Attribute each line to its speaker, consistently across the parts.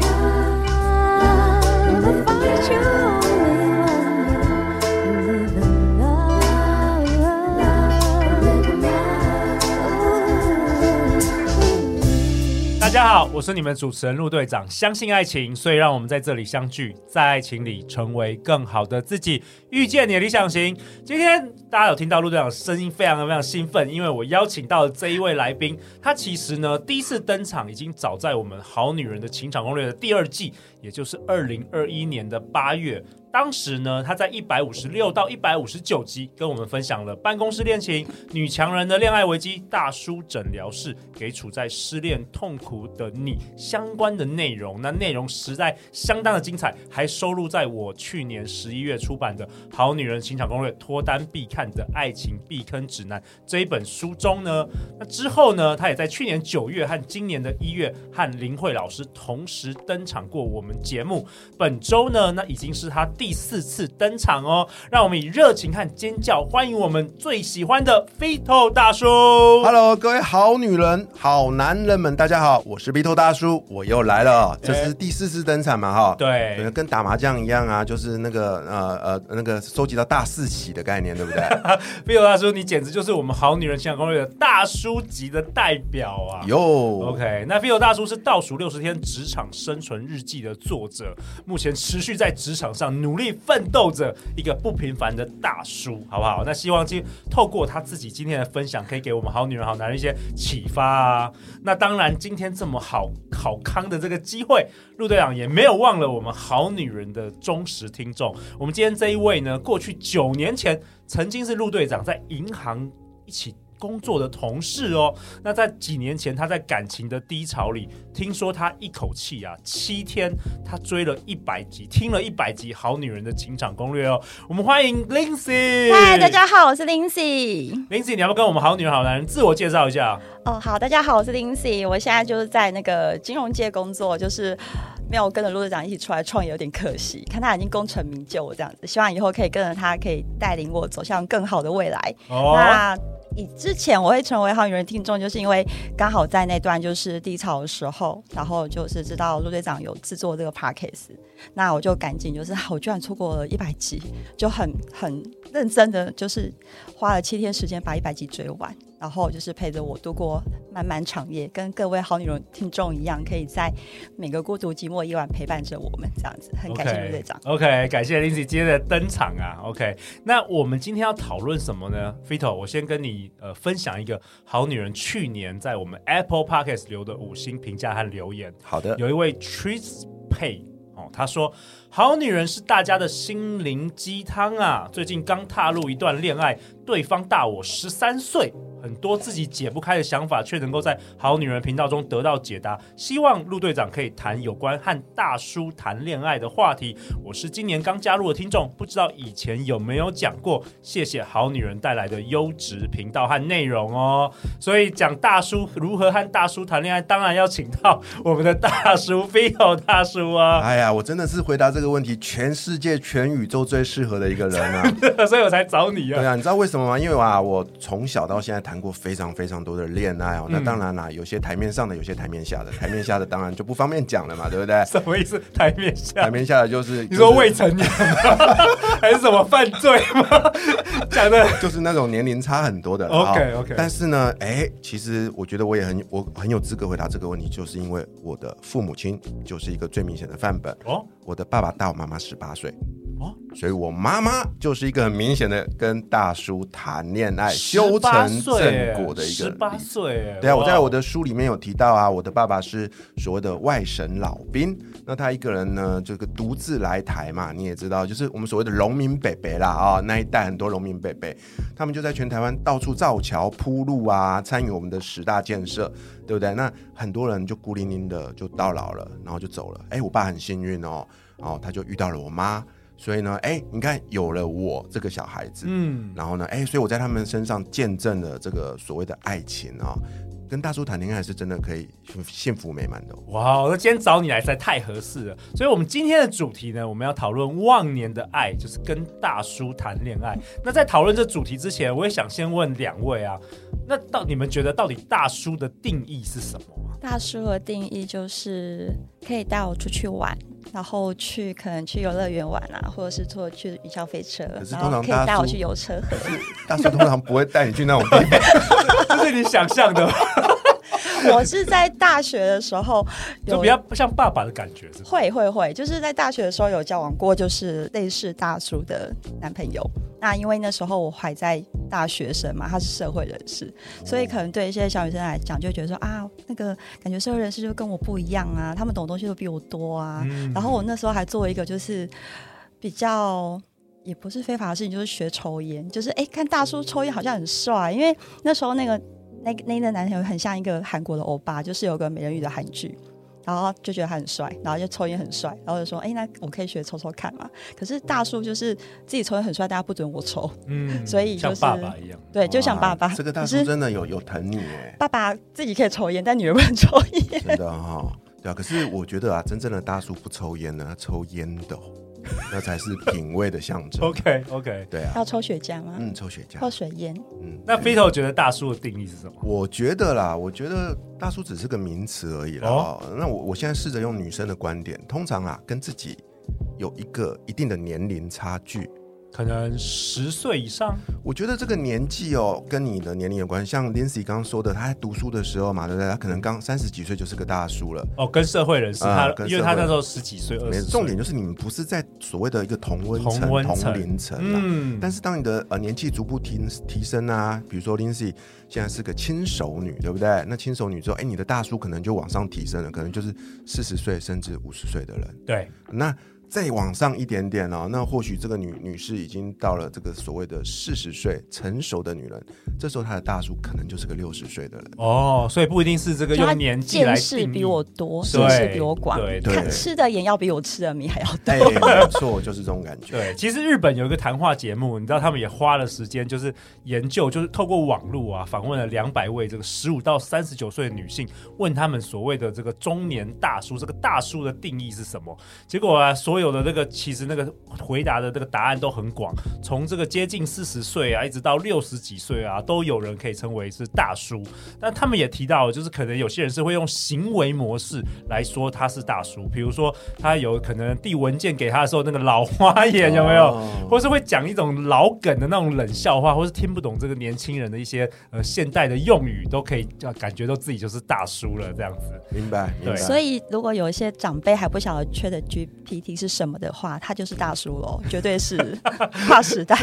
Speaker 1: Love, find you only one. Live in love, live in love.
Speaker 2: 大家好，我是你们主持人陆队长。相信爱情，所以让我们在这里相聚，在爱情里成为更好的自己，遇见你的理想型。今天大家有听到陆队长声音非常非常兴奋，因为我邀请到的这一位来宾，他其实呢第一次登场已经早在我们《好女人的情场攻略》的第二季，也就是二零二一年的八月。当时呢，他在一百五十六到一百五十九集跟我们分享了办公室恋情、女强人的恋爱危机、大叔诊疗室给处在失恋痛苦的你相关的内容。那内容实在相当的精彩，还收录在我去年十一月出版的《好女人情场攻略：脱单必看的爱情避坑指南》这一本书中呢。那之后呢，他也在去年九月和今年的一月和林慧老师同时登场过我们节目。本周呢，那已经是他第四次登场哦。让我们以热情和尖叫欢迎我们最喜欢的 Fito 大叔。
Speaker 3: Hello，各位好女人、好男人们，大家好，我是鼻头大叔，我又来了，啊这是第四次登场嘛，哈，
Speaker 2: 哎对
Speaker 3: 跟打麻将一样啊，就是那个呃呃那个收集到大四喜的概念，对不 对？
Speaker 2: Fito 大叔，你简直就是我们好女人情感攻略的大叔级的代表啊！
Speaker 3: 哟
Speaker 2: OK，那 Phil 大叔是《倒数六十天职场生存日记》的作者，目前持续在职场上努力奋斗着，一个不平凡的大叔，好不好？那希望今透过他自己今天的分享，可以给我们好女人、好男人一些启发啊。那当然，今天这么好好康的这个机会，陆队长也没有忘了我们好女人的忠实听众。我们今天这一位呢，过去九年前曾经是陆队长在银行一起工作的同事哦。那在几年前，他在感情的低潮里，听说他一口气啊七天，他追了一百集，听了一百集《好女人的情场攻略》哦。我们欢迎 Lindsay。
Speaker 4: 嗨，大家好，我是 Lindsay。
Speaker 2: ，Lindsay，你要不要跟我们好女人好男人自我介绍一下？
Speaker 4: 哦，好，大家好，我是 Lindsay。我现在就是在那个金融界工作，就是没有跟着陆队长一起出来创业，有点可惜。看他已经功成名就这样子，希望以后可以跟着他，可以带领我走向更好的未来。
Speaker 2: 哦
Speaker 4: 那以之前我会成为好女人听众，就是因为刚好在那段就是低潮的时候，然后就是知道陆队长有制作这个 podcast，那我就赶紧就是啊我居然错过了一百集，就很很认真的就是花了七天时间把一百集追完，然后就是陪着我度过漫漫长夜，跟各位好女人听众一样，可以在每个孤独寂寞夜晚陪伴着我们，这样子很感谢陆队长。
Speaker 2: OK，, 感谢 Lindsay 今天的登场啊。OK，那我们今天要讨论什么呢？Fito，我先跟你呃分享一个好女人去年在我们 Apple Podcast 留的五星评价和留言。
Speaker 3: 好的，
Speaker 2: 有一位 Tris Pay 哦，他说：“好女人是大家的心灵鸡汤啊！最近刚踏入一段恋爱，对方大我十三岁，很多自己解不开的想法，却能够在好女人频道中得到解答。希望陆队长可以谈有关和大叔谈恋爱的话题。我是今年刚加入的听众，不知道以前有没有讲过。谢谢好女人带来的优质频道和内容哦。所以讲大叔如何和大叔谈恋爱，当然要请到我们的大叔 Phil 大叔啊，
Speaker 3: 哎呀，我真的是回答这个问题，全世界、全宇宙最适合的一个人 啊。
Speaker 2: 所以我才找你
Speaker 3: 对
Speaker 2: 啊。？
Speaker 3: 啊，你知道为什么吗？因为啊，我从小到现在谈过非常非常多的恋爱哦。那当然啦，有些台面上的，有些台面下的。台面下的当然就不方便讲了嘛，对不 对
Speaker 2: 什么意思？台面
Speaker 3: 台
Speaker 2: 下？
Speaker 3: 面下的就是
Speaker 2: 啊你说
Speaker 3: 就是
Speaker 2: 未成年吗 还是什么犯罪 吗？讲的
Speaker 3: 就是那种年龄差很多的啦。
Speaker 2: OK，OK
Speaker 3: 哈但是呢，哎、其实我觉得我也很我很有资格回答这个问题，就是因为我的父母亲就是一个最明显的范本。
Speaker 2: 哦
Speaker 3: 我的爸爸大我妈妈十八岁，
Speaker 2: 哦，
Speaker 3: 所以我妈妈就是一个很明显的跟大叔谈恋爱、修
Speaker 2: 18
Speaker 3: 成
Speaker 2: 哎岁耶
Speaker 3: 正果的一个
Speaker 2: 十八
Speaker 3: 例子
Speaker 2: 岁耶。
Speaker 3: 对啊，我在
Speaker 2: 哇哦
Speaker 3: 我的书里面有提到啊，我的爸爸是所谓的外省老兵，那他一个人呢，这个独自来台嘛，你也知道，就是我们所谓的农民北北啦啊、那一代很多农民北北，他们就在全台湾到处造桥铺路啊，参与我们的十大建设，对不对？那很多人就孤零零的就到老了，然后就走了。哎，我爸很幸运哦，哦，他就遇到了我妈。所以呢，哎，你看有了我这个小孩子，
Speaker 2: 嗯
Speaker 3: 然后呢，哎，所以我在他们身上见证了这个所谓的爱情啊、跟大叔谈恋爱是真的可以幸福美满的、哦。
Speaker 2: 哇，那今天找你来实在太合适了。所以，我们今天的主题呢，我们要讨论忘年的爱，就是跟大叔谈恋爱。那在讨论这主题之前，我也想先问两位啊，那到你们觉得到底大叔的定义是什么啊？
Speaker 4: 大叔的定义就是可以带我出去玩，然后去可能去游乐园玩啊，或者是坐去云霄飞车，
Speaker 3: 可是
Speaker 4: 然
Speaker 3: 通常
Speaker 4: 后可
Speaker 3: 大
Speaker 4: 以带我
Speaker 3: 叔
Speaker 4: 去游车 河。
Speaker 3: 大叔通常不会带你去那种地方，啊
Speaker 2: 这是你想象的吗，
Speaker 4: 我是在大学的时候
Speaker 2: 就
Speaker 4: 有
Speaker 2: 比较不像爸爸的感觉，是不是？
Speaker 4: 会会会，就是在大学的时候有交往过，就是类似大叔的男朋友。那因为那时候我还在大学生嘛，他是社会人士，所以可能对一些小女生来讲，就会觉得说啊，那个感觉社会人士就跟我不一样啊，他们懂的东西都比我多啊。
Speaker 2: 嗯
Speaker 4: 然后我那时候还做一个就是比较。也不是非法的事情，就是学抽烟，就是哎、看大叔抽烟好像很帅，因为那时候那个那个那个男朋友很像一个韩国的欧巴，就是有个美人鱼的韩剧，然后就觉得他很帅，然后就抽烟很帅，然后就说，哎、那我可以学抽抽看嘛。可是大叔就是自己抽烟很帅，大家不准我抽，
Speaker 2: 嗯
Speaker 4: 所以就
Speaker 2: 像
Speaker 4: 是
Speaker 2: 爸爸一样。
Speaker 4: 对，就像爸爸。
Speaker 3: 哦哇这个大
Speaker 4: 可
Speaker 3: 叔
Speaker 4: 是
Speaker 3: 真的有有疼你哎。
Speaker 4: 爸爸自己可以抽烟，但女儿不能抽烟。
Speaker 3: 真的哈、对啊。可是我觉得啊，真正的大叔不抽烟呢，他抽烟斗，那才是品味的象征。
Speaker 2: OK OK，
Speaker 3: 对啊，
Speaker 4: 要抽雪茄吗？
Speaker 3: 嗯，抽雪
Speaker 4: 抽
Speaker 3: 茄，
Speaker 4: 水烟。
Speaker 3: 嗯，
Speaker 2: 那 Vito 觉得大叔的定义是什么？
Speaker 3: 我觉得啦，我觉得大叔只是个名词而已啦。哦、那我我现在试着用女生的观点，通常啊，跟自己有一个一定的年龄差距。
Speaker 2: 可能十岁以上，
Speaker 3: 我觉得这个年纪哦，跟你的年龄有关。像 Lindsay 刚刚说的，他在读书的时候嘛，对不对？他可能刚三十几岁就是个大叔了。
Speaker 2: 哦，跟社会人士，
Speaker 3: 啊
Speaker 2: 他
Speaker 3: 跟
Speaker 2: 因为
Speaker 3: 社
Speaker 2: 他
Speaker 3: 会
Speaker 2: 那时候十几岁，二
Speaker 3: 没
Speaker 2: 十岁，
Speaker 3: 错重点就是你们不是在所谓的一个同温
Speaker 2: 同
Speaker 3: 层、
Speaker 2: 温
Speaker 3: 同
Speaker 2: 层
Speaker 3: 龄层啊啦。
Speaker 2: 嗯，
Speaker 3: 但是当你的呃年纪逐步提提升啊，比如说 Lindsay 现在是个轻熟女，对不对？那轻熟女之后，哎，你的大叔可能就往上提升了，可能就是四十岁甚至五十岁的人。
Speaker 2: 对，
Speaker 3: 那再往上一点点哦，那或许这个女女士已经到了这个所谓的四十岁成熟的女人，这时候她的大叔可能就是个六十岁的人。
Speaker 2: 哦，所以不一定是这个
Speaker 4: 就他
Speaker 2: 用年纪来
Speaker 4: 见识
Speaker 2: 定义
Speaker 4: 比我多，
Speaker 2: 对
Speaker 4: 见识比我广，
Speaker 2: 对
Speaker 3: 对
Speaker 4: 看吃的盐要比我吃的米还要多。
Speaker 3: 哎，没错，就是这种感觉。
Speaker 2: 对，其实日本有一个谈话节目，你知道他们也花了时间，就是研究，就是透过网络啊，访问了两百位这个十五到三十九岁的女性，问他们所谓的这个中年大叔，这个大叔的定义是什么？结果啊，所有的那个其实那个回答的这个答案都很广，从这个接近四十岁啊，一直到六十几岁啊，都有人可以称为是大叔。但他们也提到，就是可能有些人是会用行为模式来说他是大叔，比如说他有可能递文件给他的时候那个老花眼有没有，
Speaker 3: 哦
Speaker 2: 或是会讲一种老梗的那种冷笑话，或是听不懂这个年轻人的一些呃现代的用语，都可以、呃、感觉到自己就是大叔了这样子。
Speaker 3: 明白，明
Speaker 2: 对
Speaker 3: 白。
Speaker 2: 啊
Speaker 4: 所以，如果有一些长辈还不晓得缺的 GPT 是什么的话，他就是大叔喽，绝对是跨 时代。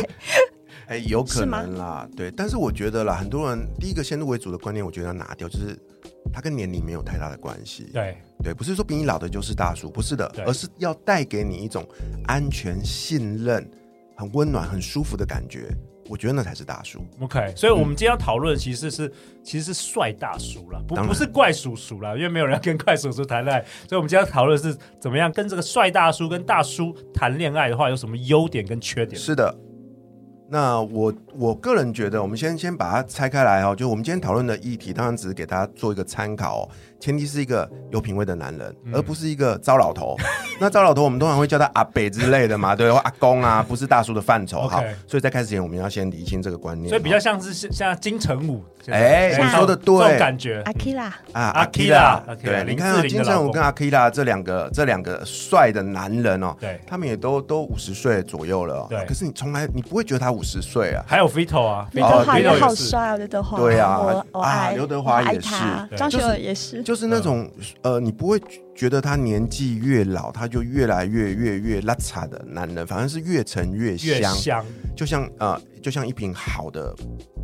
Speaker 3: 哎，有可
Speaker 4: 是吗
Speaker 3: 能啦，对。但是我觉得啦，很多人第一个先入为主的观念，我觉得要拿掉，就是它跟年龄没有太大的关系。
Speaker 2: 对，
Speaker 3: 对，不是说比你老的就是大叔，不是的
Speaker 2: 对，
Speaker 3: 而是要带给你一种安全、信任、很温暖、很舒服的感觉。我觉得那才是大叔。
Speaker 2: OK，所以我们今天要讨论的其实是、其实是帅大叔啦，不
Speaker 3: 嗯当然
Speaker 2: 不是怪叔叔啦，因为没有人要跟怪叔叔谈 恋爱，所以我们今天要讨论的是怎么样跟这个帅大叔跟大叔谈恋爱的话有什么优点跟缺点。
Speaker 3: 是的。那我我个人觉得，我们先先把它拆开来哦。就我们今天讨论的议题，当然只是给大家做一个参考哦。前提是一个有品味的男人，
Speaker 2: 嗯
Speaker 3: 而不是一个糟 老头。那糟老头，我们通常会叫他阿北之类的嘛，对，或阿公啊，不是大叔的范畴。好
Speaker 2: OK，所
Speaker 3: 所以在开始前，我们要先理清这个观念哦。
Speaker 2: 以比较像是像像金城武，
Speaker 3: 哎
Speaker 2: 这种
Speaker 4: 你说
Speaker 3: 得
Speaker 2: 这种
Speaker 3: 对
Speaker 2: 感觉
Speaker 4: 阿 k i r a
Speaker 3: 啊
Speaker 2: 阿
Speaker 3: 阿
Speaker 2: Kira，
Speaker 3: 基拉
Speaker 2: 阿，Kira，
Speaker 3: 对，
Speaker 2: 林
Speaker 3: 你看
Speaker 2: 志
Speaker 3: 啊，
Speaker 2: 玲
Speaker 3: 金
Speaker 2: 的老
Speaker 3: 城武
Speaker 2: 公
Speaker 3: 跟阿 k 拉这两个这两个帅的男人哦，
Speaker 2: 对
Speaker 3: 他们也都都五十岁左右了、哦，
Speaker 2: 对
Speaker 3: 可是你从来你不会觉得他五十岁啊。
Speaker 2: 还有 Vito 啊
Speaker 4: 刘德
Speaker 3: 哦
Speaker 4: 华
Speaker 3: 对
Speaker 4: 也
Speaker 2: ，Vito
Speaker 4: 好
Speaker 2: 也是
Speaker 4: 帅啊，刘德华。
Speaker 3: 对啊
Speaker 4: 我我
Speaker 3: 啊
Speaker 4: 爱
Speaker 3: 刘德华
Speaker 4: 我爱
Speaker 3: 也是
Speaker 4: 他
Speaker 2: 对
Speaker 4: 张学
Speaker 3: 就是
Speaker 4: 友也是。
Speaker 3: 就是那种、呃，你不会觉得他年纪越老，他就越来越越越拉碴的男人，反而是越沉越香，
Speaker 2: 越香，
Speaker 3: 就像呃，就像一瓶好的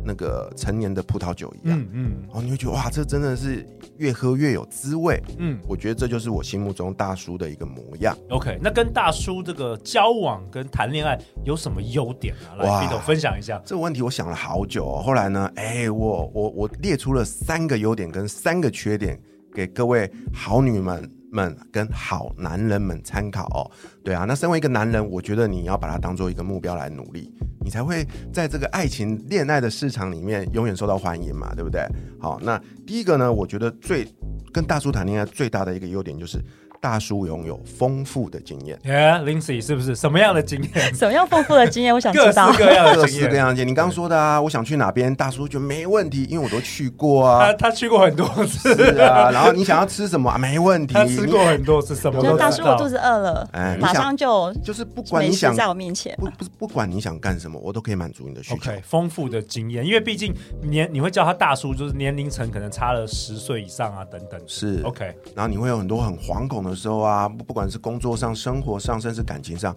Speaker 3: 那个成年的葡萄酒一样，
Speaker 2: 嗯嗯
Speaker 3: 哦，你会觉得哇，这真的是越喝越有滋味。
Speaker 2: 嗯
Speaker 3: 我觉得这就是我心目中大叔的一个模样。
Speaker 2: ，OK，那跟大叔这个交往跟谈恋爱有什么优点啊？来
Speaker 3: 哇
Speaker 2: ，Vito 分享一下。
Speaker 3: 这个问题我想了好久、哦，后来呢，哎，我我我列出了三个优点跟三个缺点给各位好女们们跟好男人们参考哦。对啊，那身为一个男人，我觉得你要把它当做一个目标来努力，你才会在这个爱情恋爱的市场里面永远受到欢迎嘛，对不对？好，那第一个呢，我觉得最跟大叔谈恋爱最大的一个优点就是大叔拥有丰富的经验。
Speaker 2: 耶，Lindsay 是不是什么样的经验？
Speaker 4: 什么样丰富的经验？我想
Speaker 2: 各
Speaker 4: 知
Speaker 2: 式
Speaker 4: 道。
Speaker 2: 各样
Speaker 3: 各
Speaker 2: 啊的经
Speaker 3: 式
Speaker 2: 验
Speaker 3: 各。样的经验，你刚说的啊，我想去哪边，大叔觉得没问题，因为我都去过
Speaker 2: 他
Speaker 3: 啊，
Speaker 2: 他去过很多次，
Speaker 3: 是啊。然后你想要吃什么啊，没问题，
Speaker 2: 他吃过很多次，什么都知
Speaker 4: 就是
Speaker 2: 道
Speaker 4: 大叔，我肚子饿了
Speaker 3: 哎，你
Speaker 4: 马
Speaker 3: 想
Speaker 4: 上就
Speaker 3: 你就是不管
Speaker 4: 美
Speaker 3: 你
Speaker 4: 食
Speaker 3: 想
Speaker 4: 在我面前。
Speaker 3: 不不不管你想干什么，我都可以满足你的需求。
Speaker 2: OK，丰富的经验，因为毕竟年你会叫他大叔，就是年龄层可能差了十岁以上啊，等等的。
Speaker 3: 是
Speaker 2: OK，
Speaker 3: 然后你会有很多很惶恐的时候啊，不不管是工作上、生活上，甚至感情上，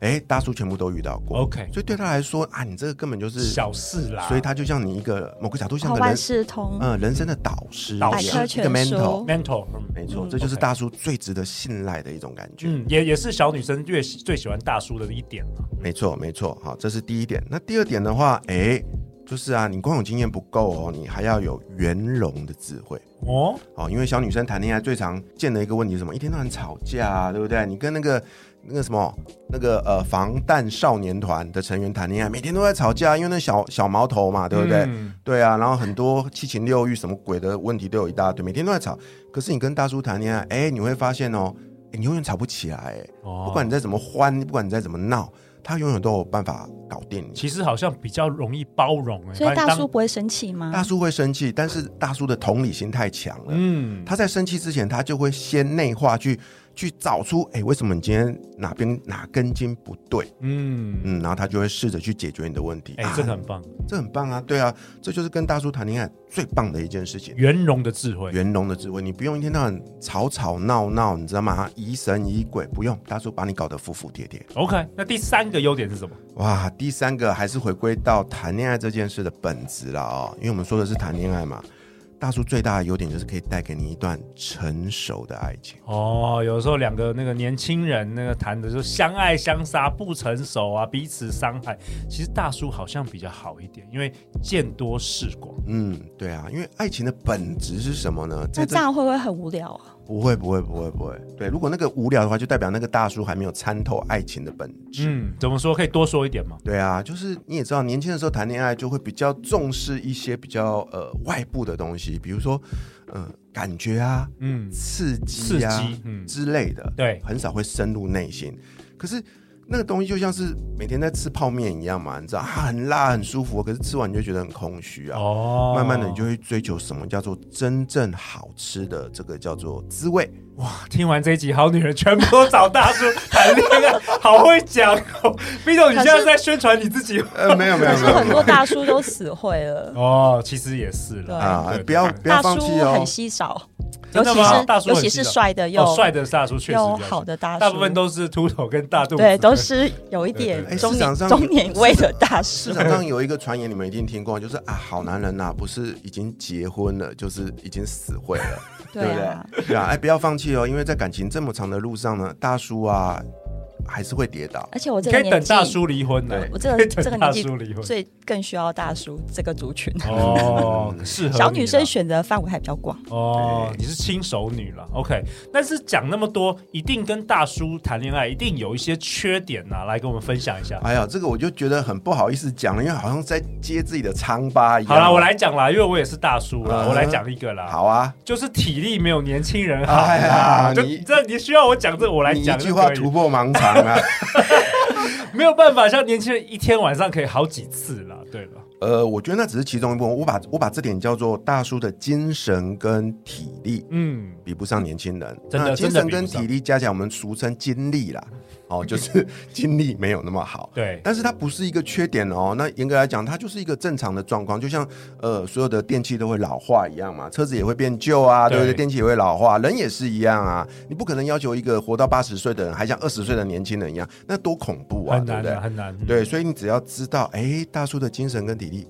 Speaker 3: 哎，大叔全部都遇到过。
Speaker 2: OK
Speaker 3: 所以对他来说啊，你这个根本就是，
Speaker 2: 小事啦。
Speaker 3: 所以他就像你一个某个角度像
Speaker 4: 哦
Speaker 3: 个
Speaker 4: 万
Speaker 3: 人，
Speaker 4: 事通，
Speaker 3: 嗯、人生的导师一样，
Speaker 2: 导师百科
Speaker 3: 一个
Speaker 4: 全书
Speaker 3: mentor。
Speaker 2: mentor，嗯
Speaker 3: 没错，这就是
Speaker 2: OK
Speaker 3: 大叔最值得信赖的一种感觉。
Speaker 2: 嗯，也也是小女生越喜最喜欢大叔的一点啊了。
Speaker 3: 没错，没错，好，这是第一点。那第二点的话，哎，就是啊，你光有经验不够哦，你还要有圆融的智慧。
Speaker 2: 哦，
Speaker 3: 哦，因为小女生谈恋爱最常见的一个问题是什么？一天到晚吵架、啊，对不对？你跟那个那个什么那个呃防弹少年团的成员谈恋爱，每天都在吵架，因为那小小毛头嘛，对不对？
Speaker 2: 嗯
Speaker 3: 对啊，然后很多七情六欲什么鬼的问题都有一大堆，每天都在吵。可是你跟大叔谈恋爱，哎，你会发现哦，哎你永远吵不起来，哎
Speaker 2: 哦
Speaker 3: 不管你再怎么欢，不管你再怎么闹，他永远都有办法搞定你。
Speaker 2: 其实好像比较容易包容哎、
Speaker 4: 所以
Speaker 2: 把你
Speaker 4: 大
Speaker 2: 当
Speaker 4: 叔，不会生气吗？
Speaker 3: 大叔会生气，但是大叔的同理心太强了，
Speaker 2: 嗯，
Speaker 3: 他在生气之前，他就会先内化去去找出，哎、为什么你今天哪边哪根筋不对？
Speaker 2: 嗯，
Speaker 3: 嗯，然后他就会试着去解决你的问题。
Speaker 2: 哎、
Speaker 3: 啊
Speaker 2: 这个很棒，
Speaker 3: 这很棒啊，对啊，这就是跟大叔谈恋爱最棒的一件事情。
Speaker 2: 圆融的智慧。
Speaker 3: 圆融的智慧，你不用一天到晚吵吵闹闹，你知道吗？疑神疑鬼，不用大叔把你搞得服服帖帖。
Speaker 2: OK，那第三个优点是什么？
Speaker 3: 哇，第三个还是回归到谈恋爱这件事的本质了哦，因为我们说的是谈恋爱嘛。大叔最大的优点就是可以带给你一段成熟的爱情。
Speaker 2: 哦，有时候两个那个年轻人那个谈的就相爱相杀，不成熟啊，彼此伤害。其实大叔好像比较好一点，因为见多识广。
Speaker 3: 嗯，对啊，因为爱情的本质是什么呢？这
Speaker 4: 那这样会不会嗯很无聊啊？
Speaker 3: 不会不会不会不会。对，如果那个无聊的话，就代表那个大叔还没有参透爱情的本质。
Speaker 2: 嗯，怎么说？可以多说一点吗？
Speaker 3: 对啊，就是你也知道，年轻的时候谈恋爱就会比较重视一些比较呃外部的东西，比如说呃感觉啊、
Speaker 2: 嗯，
Speaker 3: 刺激啊
Speaker 2: 刺激嗯
Speaker 3: 之类的，
Speaker 2: 对
Speaker 3: 很少会深入内心。可是那个东西就像是每天在吃泡面一样嘛，你知道， 啊、很辣很舒服，可是吃完你就觉得很空虚啊。
Speaker 2: 哦
Speaker 3: 慢慢的，你就会追求什么叫做真正好吃的这个叫做滋 味。
Speaker 2: 听完这一集，好女人全部都找大叔谈恋爱，好会讲哦。毕总，你现在是在宣传你自己吗
Speaker 3: 呃，没有 没
Speaker 4: 可
Speaker 3: 有
Speaker 4: 是
Speaker 3: 没有
Speaker 4: 很多大叔都死会 了，
Speaker 2: 哦，其实也是了
Speaker 4: 对
Speaker 3: 啊
Speaker 2: 对，
Speaker 3: 不要
Speaker 2: 对
Speaker 3: 不要
Speaker 4: 大
Speaker 3: 放
Speaker 4: 叔
Speaker 3: 弃
Speaker 4: 很
Speaker 3: 哦。
Speaker 4: 稀少，
Speaker 2: 真
Speaker 4: 尤
Speaker 2: 的
Speaker 4: 其
Speaker 2: 吗
Speaker 4: 是
Speaker 2: 大叔很稀少
Speaker 4: 尤其是帅的又
Speaker 2: 哦，帅的大叔确实
Speaker 4: 又
Speaker 2: 比较
Speaker 4: 好的大叔，
Speaker 2: 大部分都是秃头跟大肚子，
Speaker 4: 对，都是有一点
Speaker 2: 对对对
Speaker 4: 中
Speaker 3: 哎市场
Speaker 4: 年
Speaker 3: 上
Speaker 4: 中年味的大叔
Speaker 3: 市。场上有一个传言，你们一定听过，就是啊，好男人呐、不是已经结婚了，就是已经死会了，对
Speaker 4: 对啊，
Speaker 3: 不对？对啊，哎，不要放弃哦，因为在感情这么长的路上呢，大叔啊还是会跌倒。
Speaker 4: 而且我
Speaker 2: 你
Speaker 4: 这
Speaker 2: 可
Speaker 4: 个
Speaker 2: 以等
Speaker 4: 年纪，
Speaker 2: 大叔离婚的
Speaker 3: 对，
Speaker 4: 我 这
Speaker 2: 可以
Speaker 4: 个
Speaker 2: 等
Speaker 4: 这个
Speaker 2: 大
Speaker 4: 年纪
Speaker 2: 叔离婚。
Speaker 4: 最更需要大叔这个族群。
Speaker 2: 哦，适合你啦
Speaker 4: 小女生选择范围还比较广，
Speaker 2: 哦，你是轻熟女了，OK。但是讲那么多，一定跟大叔谈恋爱，一定有一些缺点呐、来跟我们分享一下。
Speaker 3: 哎呀，这个我就觉得很不好意思讲了，因为好像在揭自己的疮疤一样。
Speaker 2: 好啦，我。来讲啦，因为我也是大叔啦，
Speaker 3: 嗯
Speaker 2: 我来讲一个啦。
Speaker 3: 好啊，
Speaker 2: 就是体力没有年轻人好
Speaker 3: 哎
Speaker 2: 啦。
Speaker 3: 呀
Speaker 2: 就
Speaker 3: 你
Speaker 2: 这你需要我讲这，我来
Speaker 3: 你
Speaker 2: 讲
Speaker 3: 一
Speaker 2: 就
Speaker 3: 句话
Speaker 2: 可以。
Speaker 3: 突破盲肠啊！
Speaker 2: 没有办法，像年轻人一天晚上可以好几次啦。对了，
Speaker 3: 呃，我觉得那只是其中一部分，我把我把这点叫做大叔的精神跟体力
Speaker 2: 嗯，
Speaker 3: 比不上年轻人，
Speaker 2: 真的
Speaker 3: 那精
Speaker 2: 真的
Speaker 3: 神
Speaker 2: 比不
Speaker 3: 跟
Speaker 2: 上
Speaker 3: 体力加起来，我们俗称精力啦，哦，就是 精力没有那么好。
Speaker 2: 对，
Speaker 3: 但是它不是一个缺点哦，那严格来讲，它就是一个正常的状况，就像呃所有的电器都会老化一样嘛，车子也会变旧啊，对不对？
Speaker 2: 对
Speaker 3: 电器也会老化，人也是一样啊，你不可能要求一个活到八十岁的人还像二十岁的年轻人一样，那多恐怖啊，
Speaker 2: 很
Speaker 3: 对
Speaker 2: 难
Speaker 3: 不对
Speaker 2: 啊，？很难。
Speaker 3: 对，所以你只要知道，哎，大叔的精神跟体力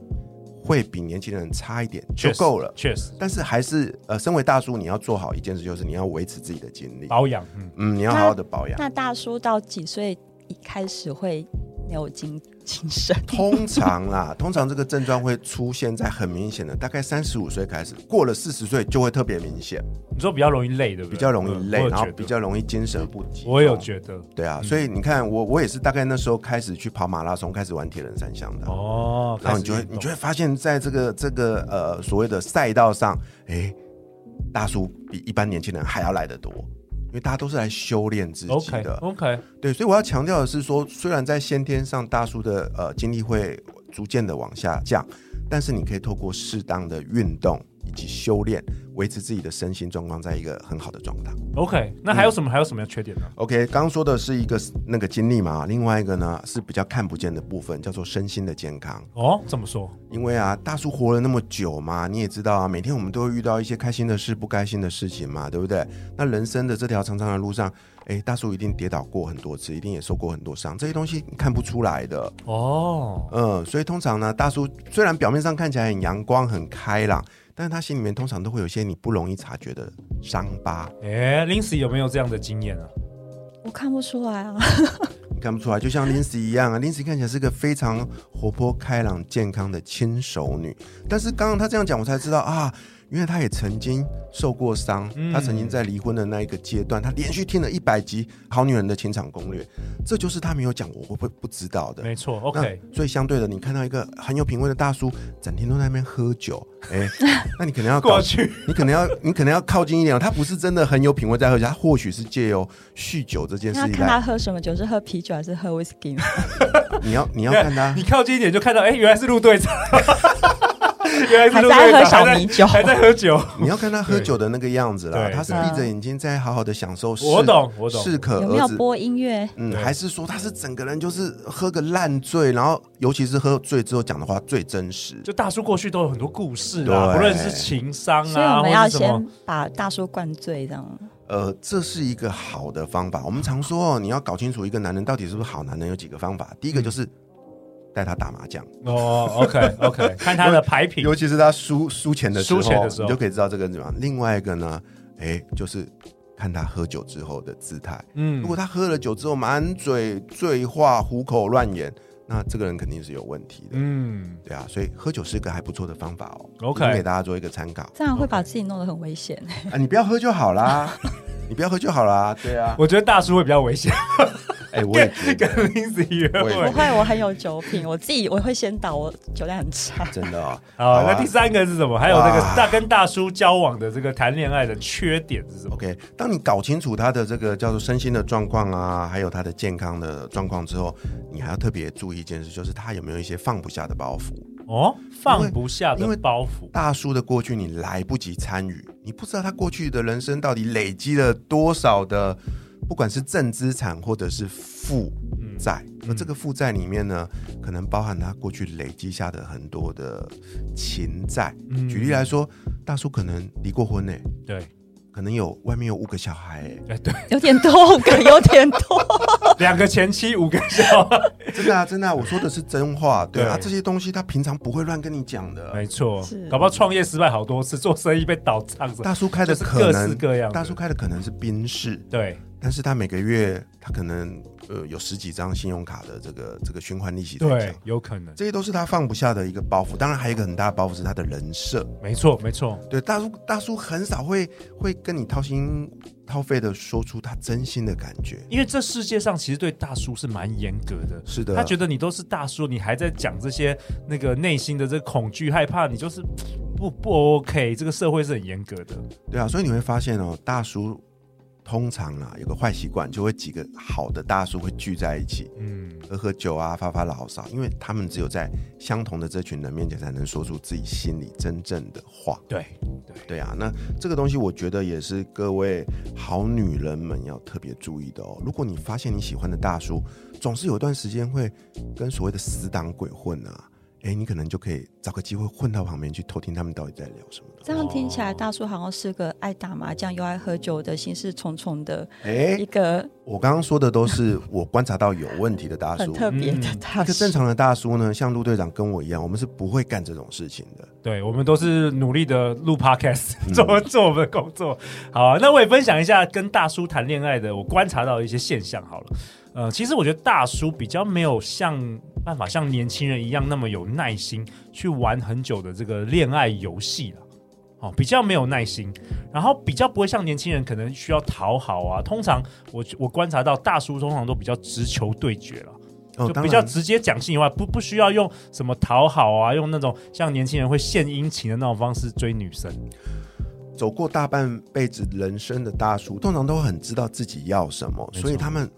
Speaker 3: 会比年轻人差一点就
Speaker 2: 确实
Speaker 3: 够了。
Speaker 2: 确实
Speaker 3: 但是还是呃，身为大叔，你要做好一件事，就是你要维持自己的精力，
Speaker 2: 保养，嗯，
Speaker 3: 嗯，你要好好的保养。
Speaker 4: 那大叔到几岁一开始会没有精精神。
Speaker 3: 通常啦， 通常这个症状会出现在很明显的，大概三十五岁开始，过了四十岁就会特别明显，
Speaker 2: 你说比较容易累，对不对？
Speaker 3: 比较容易
Speaker 2: 嗯
Speaker 3: 累，
Speaker 2: 我有
Speaker 3: 然后
Speaker 2: 觉得
Speaker 3: 比较容易精神不集中。
Speaker 2: 我有觉得嗯
Speaker 3: 对啊，所以你看，我我也是大概那时候开始去跑马拉松，开始玩铁人三项的。
Speaker 2: 哦，
Speaker 3: 然后你就
Speaker 2: 开
Speaker 3: 会
Speaker 2: 始运动
Speaker 3: 你就会发现，在这个这个呃所谓的赛道上，哎，大叔比一般年轻人还要来得多，因为大家都是来修炼自己
Speaker 2: OK
Speaker 3: 的。
Speaker 2: OK，
Speaker 3: 对，所以我要强调的是说，虽然在先天上大叔的呃精力会逐渐的往下降，但是你可以透过适当的运动以及修炼，维持自己的身心状况在一个很好的状态。
Speaker 2: OK，那还有什么、还有什么缺点呢？
Speaker 3: OK，刚刚说的是一个那个经历嘛，另外一个呢是比较看不见的部分，叫做身心的健康。
Speaker 2: 哦，怎么说？
Speaker 3: 因为啊，大叔活了那么久嘛，你也知道啊，每天我们都会遇到一些开心的事、不开心的事情嘛，对不对？那人生的这条长长的路上，哎，大叔一定跌倒过很多次，一定也受过很多伤，这些东西你看不出来的。
Speaker 2: 哦，
Speaker 3: 嗯，所以通常呢，大叔虽然表面上看起来很阳光、很开朗，但是他心里面通常都会有一些你不容易察觉的伤疤，
Speaker 2: 哎、林 l 有没有这样的经验啊？
Speaker 4: 我看不出来啊，
Speaker 3: 你看不出来。就像 Lindsay 一样啊，Lindsay 看起来是个非常活泼、开朗、健康的轻熟女，但是刚刚她这样讲，我才知道啊。因为她也曾经受过伤，
Speaker 2: 嗯
Speaker 3: 她曾经在离婚的那一个阶段，她连续听了一百集《好女人的情场攻略》，这就是她没有讲，我会不会不知道的。
Speaker 2: 没错
Speaker 3: 那
Speaker 2: ，OK，
Speaker 3: 所以相对的，你看到一个很有品味的大叔，整天都在那边喝酒， 哎、那你可能要搞
Speaker 2: 过去
Speaker 3: 你可能要你可能要靠近一点哦。他不是真的很有品味在喝酒，他或许是借由酗酒这件事
Speaker 4: 那
Speaker 3: 情
Speaker 4: 看他
Speaker 3: 来，
Speaker 4: 喝什么酒，是喝啤酒还是喝 whisky 吗？
Speaker 3: 你要你要看他
Speaker 2: 你靠近一点就看到，哎、原来是陆 队长，原来是
Speaker 4: 还
Speaker 2: 陆队长
Speaker 4: 在喝小米酒。
Speaker 2: 还在还在喝酒。
Speaker 3: 你要看他喝酒的那个样子啦
Speaker 2: 对，
Speaker 3: 他是
Speaker 4: 对
Speaker 3: 闭着眼睛在好好的享受。
Speaker 2: 我懂，呃我懂。
Speaker 3: 适可
Speaker 4: 有没有
Speaker 3: 而止。
Speaker 4: 播音乐？
Speaker 3: 嗯，
Speaker 2: 对
Speaker 3: 还是说他是整个人就是喝个烂醉，然后尤其是喝醉之后讲的话最真实。
Speaker 2: 就大叔过去都有很多故事啊，
Speaker 3: 对
Speaker 2: 不论是情商
Speaker 4: 所以
Speaker 2: 啊，
Speaker 4: 我
Speaker 2: 或
Speaker 4: 们要
Speaker 2: 者什
Speaker 4: 先
Speaker 2: 么，
Speaker 4: 把大叔灌醉，这样。
Speaker 3: 呃，这是一个好的方法。我们常说哦，你要搞清楚一个男人到底是不是好男人，有几个方法。第一
Speaker 2: 嗯
Speaker 3: 个就是带他打麻将，
Speaker 2: 哦，OK OK，看 他的牌 品
Speaker 3: 尤其是他输输钱的时候，
Speaker 2: 输钱的时候
Speaker 3: 你就可以知道这个人怎么样。另外一个呢，哎，就是看他喝酒之后的姿态。
Speaker 2: 嗯
Speaker 3: 如果他喝了酒之后满嘴醉话、虎口乱言，那这个人肯定是有问题的。
Speaker 2: 嗯，
Speaker 3: 对啊，所以喝酒是一个还不错的方法哦。
Speaker 2: OK
Speaker 3: 提供给大家做一个参考
Speaker 4: 这样会把自己弄得很危险。
Speaker 3: 啊，你不要喝就 好啦，你不要喝就好啦。对啊，
Speaker 2: 我觉得大叔会比较危险，
Speaker 3: 哎，我也觉得
Speaker 2: 跟林子怡约
Speaker 3: 我也
Speaker 4: 不
Speaker 2: 会
Speaker 3: 觉。
Speaker 4: 会，我很有酒品，我自己我会先倒，我酒量很 差。
Speaker 3: 真的哦。
Speaker 2: 好，
Speaker 3: 啊
Speaker 2: 那第三个是什么？还有那个
Speaker 3: 哇
Speaker 2: 大跟大叔交往的这个谈恋爱的缺点是什么？
Speaker 3: OK，当你搞清楚他的这个叫做身心的状况啊，还有他的健康的状况之后，你还要特别注意一件事，就是他有没有一些放不下的包袱。
Speaker 2: 哦，放不下
Speaker 3: 因
Speaker 2: 的
Speaker 3: 为
Speaker 2: 包袱。
Speaker 3: 大叔的过去你来不及参与，你不知道他过去的人生到底累积了多少的，不管是正资产或者是负债。而这个负债里面呢，可能包含他过去累积下的很多的情债。
Speaker 2: 嗯
Speaker 3: 举例来说，大叔可能离过婚呢、
Speaker 2: 对，
Speaker 3: 可能有外面有五个小孩、欸，
Speaker 2: 哎对，
Speaker 4: 有点多，哥，有点多。
Speaker 2: 两个前妻，五个小 孩，
Speaker 3: 真的啊，真的啊，我说的是真话，对啊，
Speaker 2: 对
Speaker 3: 这些东西他平常不会乱跟你讲的。
Speaker 2: 没错
Speaker 4: 是，
Speaker 2: 搞不好创业失败好多次，做生意被倒账什么。
Speaker 3: 大叔开的
Speaker 2: 就是
Speaker 3: 可能
Speaker 2: 各式各样的
Speaker 3: 大叔开的可能是宾士，
Speaker 2: 对，
Speaker 3: 但是他每个月他可能呃有十几张信用卡的这个这个循环利息在
Speaker 2: 对
Speaker 3: 讲，，
Speaker 2: 有可能，
Speaker 3: 这些都是他放不下的一个包袱。当然还有一个很大的包袱是他的人设，
Speaker 2: 没错，没错，
Speaker 3: 对大叔大叔很少会会跟你掏心掏肺的说出他真心的感觉。
Speaker 2: 因为这世界上其实对大叔是蛮严格的，
Speaker 3: 是的，啊
Speaker 2: 他觉得你都是大叔，你还在讲这些那个内心的这个恐惧、害怕，你就是不不 OK。这个社会是很严格的，
Speaker 3: 对啊，所以你会发现哦，大叔通常啊有个坏习惯，就会几个好的大叔会聚在一起。
Speaker 2: 嗯，
Speaker 3: 喝喝酒啊，发发牢骚，因为他们只有在相同的这群人面前，才能说出自己心里真正的话。
Speaker 2: 对，
Speaker 3: 对啊，那这个东西我觉得也是各位好女人们要特别注意的哦。如果你发现你喜欢的大叔，总是有一段时间会跟所谓的死党鬼混啊，哎，你可能就可以找个机会混到旁边去偷听他们到底在聊什么 的。
Speaker 4: 这样听起来，大叔好像是个爱打麻将又爱喝酒的，心事重重的
Speaker 3: 哎
Speaker 4: 一，个
Speaker 3: 我刚刚说的都是我观察到有问题的哎大
Speaker 4: 很
Speaker 3: 叔。
Speaker 4: 特别的大
Speaker 3: 一个
Speaker 4: 叔
Speaker 3: 正。常的大叔呢，像陆队长跟我一样，我们是不会干这种事情的。
Speaker 2: 对，我们都是努力的录 podcast，做做我们的工作。好啊，那我也分享一下跟大叔谈恋爱的我观察到的一些现象好了。呃，其实我觉得大叔比较没有像办法像年轻人一样那么有耐心去玩很久的这个恋爱游戏了。哦，比较没有耐心，然后比较不会像年轻人可能需要讨好啊。通常我我观察到大叔通常都比较直球对决了。
Speaker 3: 哦，
Speaker 2: 就
Speaker 3: 当
Speaker 2: 比较
Speaker 3: 然，
Speaker 2: 直接讲性以外，不不需要用什么讨好啊，用那种像年轻人会献殷勤的那种方式追女生。
Speaker 3: 走过大半辈子人生的大叔，通常都很知道自己要什么，
Speaker 2: 没错
Speaker 3: 所以他们，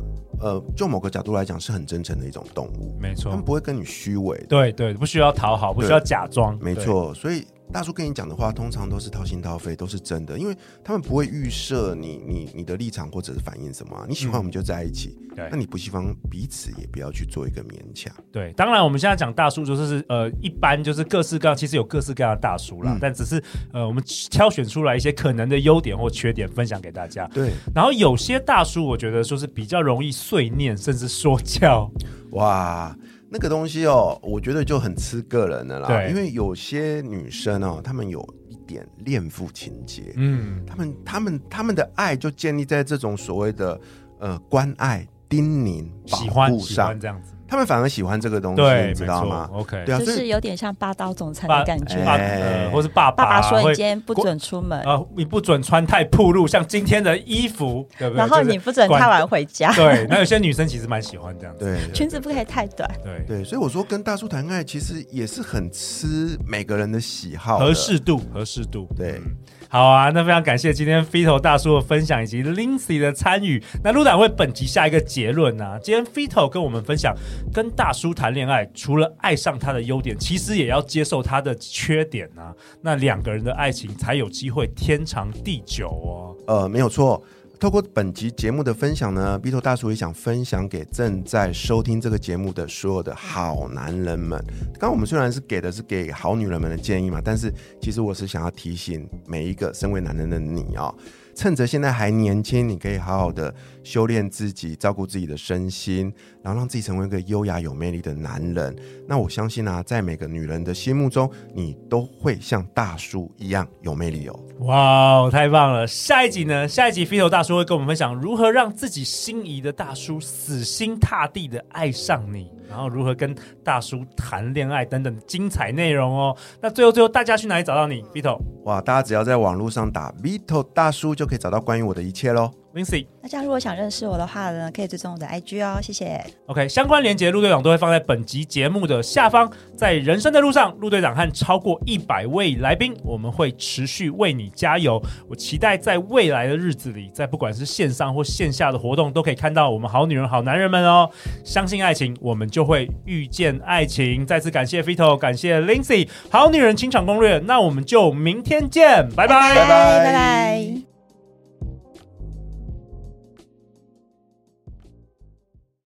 Speaker 3: 呃，就某个角度来讲，是很真诚的一种动物，
Speaker 2: 没
Speaker 3: 他
Speaker 2: 错
Speaker 3: 们，不会跟你虚伪的。
Speaker 2: 嗯对对，不需要讨好，不需要假装。
Speaker 3: 没错，所以大叔跟你讲的话，通常都是掏心掏肺，都是真的，因为他们不会预设你你你的立场或者是反应什么啊、你喜欢
Speaker 2: 嗯
Speaker 3: 我们就在一起，
Speaker 2: 对
Speaker 3: 那你不喜欢彼此也不要去做一个勉强。
Speaker 2: 对对，当然我们现在讲大叔就是呃，一般就是各式各样，其实有各式各样的大叔啦，
Speaker 3: 嗯
Speaker 2: 但只是呃，我们挑选出来一些可能的优点或缺点分享给大家。
Speaker 3: 对，
Speaker 2: 然后有些大叔，我觉得就是比较容易碎念，甚至说教。
Speaker 3: 哇，那个东西哦，我觉得就很吃个人的啦，
Speaker 2: 对
Speaker 3: 因为有些女生哦，她们有一点恋父情节，
Speaker 2: 嗯，
Speaker 3: 她们她们她们的爱就建立在这种所谓的呃关爱、叮咛、
Speaker 2: 喜
Speaker 3: 保
Speaker 2: 欢
Speaker 3: 护
Speaker 2: 喜欢
Speaker 3: 上，
Speaker 2: 这样子。
Speaker 3: 她们反而喜欢这个东西，
Speaker 2: 对，
Speaker 3: 你
Speaker 2: 没
Speaker 3: 知道吗
Speaker 2: 错。？OK，哦
Speaker 3: 对啊，
Speaker 4: 就
Speaker 3: 所以
Speaker 4: 是有点像霸道总裁
Speaker 2: 爸
Speaker 4: 的感觉。
Speaker 2: 爸
Speaker 3: 哎
Speaker 2: 呃，或是爸
Speaker 4: 爸爸说
Speaker 2: 会
Speaker 4: 你今天不准出门，
Speaker 2: 啊，你不准穿太暴露，像今天的衣服， 对不对？
Speaker 4: 然后
Speaker 2: 就是
Speaker 4: 你不准太晚回家，
Speaker 2: 对，那有些女生其实蛮喜欢这样子。
Speaker 3: 对
Speaker 4: 裙子不可以太短。
Speaker 2: 对对，
Speaker 3: 对，所以我说跟大叔谈爱其实也是很吃每个人的喜好的
Speaker 2: 合。适度，合适度。
Speaker 3: 对
Speaker 2: 嗯好啊，那非常感谢今天 Fito 大叔的分享以及 Lindsay 的参与。那陆展会本集下一个结论啊，今天 Fito 跟我们分享，跟大叔谈恋爱，除了爱上他的优点，其实也要接受他的缺点啊。那两个人的爱情才有机会天长地久哦。
Speaker 3: 呃，没有错。透过本集节目的分享呢，Bito 大叔也想分享给正在收听这个节目的所有的好男人们。刚刚我们虽然是给的是给好女人们的建议嘛，但是其实我是想要提醒每一个身为男人的你哦，趁着现在还年轻，你可以好好的修炼自己，照顾自己的身心，然后让自己成为一个优雅有魅力的男人。那我相信啊，在每个女人的心目中，你都会像大叔一样有魅力哦。
Speaker 2: 哇哦，太棒了！下一集呢？下一集飞头大叔会跟我们分享如何让自己心仪的大叔死心塌地的爱上你，然后如何跟大叔谈恋爱等等精彩内容哦。那最后最后，大家去哪里找到你？Vito、
Speaker 3: 哇，大家只要在网络上打 Vito 大叔，就可以找到关于我的一切喽。
Speaker 2: Lindsay。
Speaker 4: 大家如果想认识我的话呢，可以追踪我的 IG 哦，谢谢。
Speaker 2: OK，相关连接陆队长都会放在本集节目的下方。在人生的路上，陆队长和超过一百位来宾，我们会持续为你加油。我期待在未来的日子里，在不管是线上或线下的活动，都可以看到我们好女人、好男人们哦。相信爱情，我们就会遇见爱情。再次感谢 Fito，感谢 Lindsay，《好女人情场攻略》。那我们就明天见，拜拜
Speaker 4: 拜拜拜拜。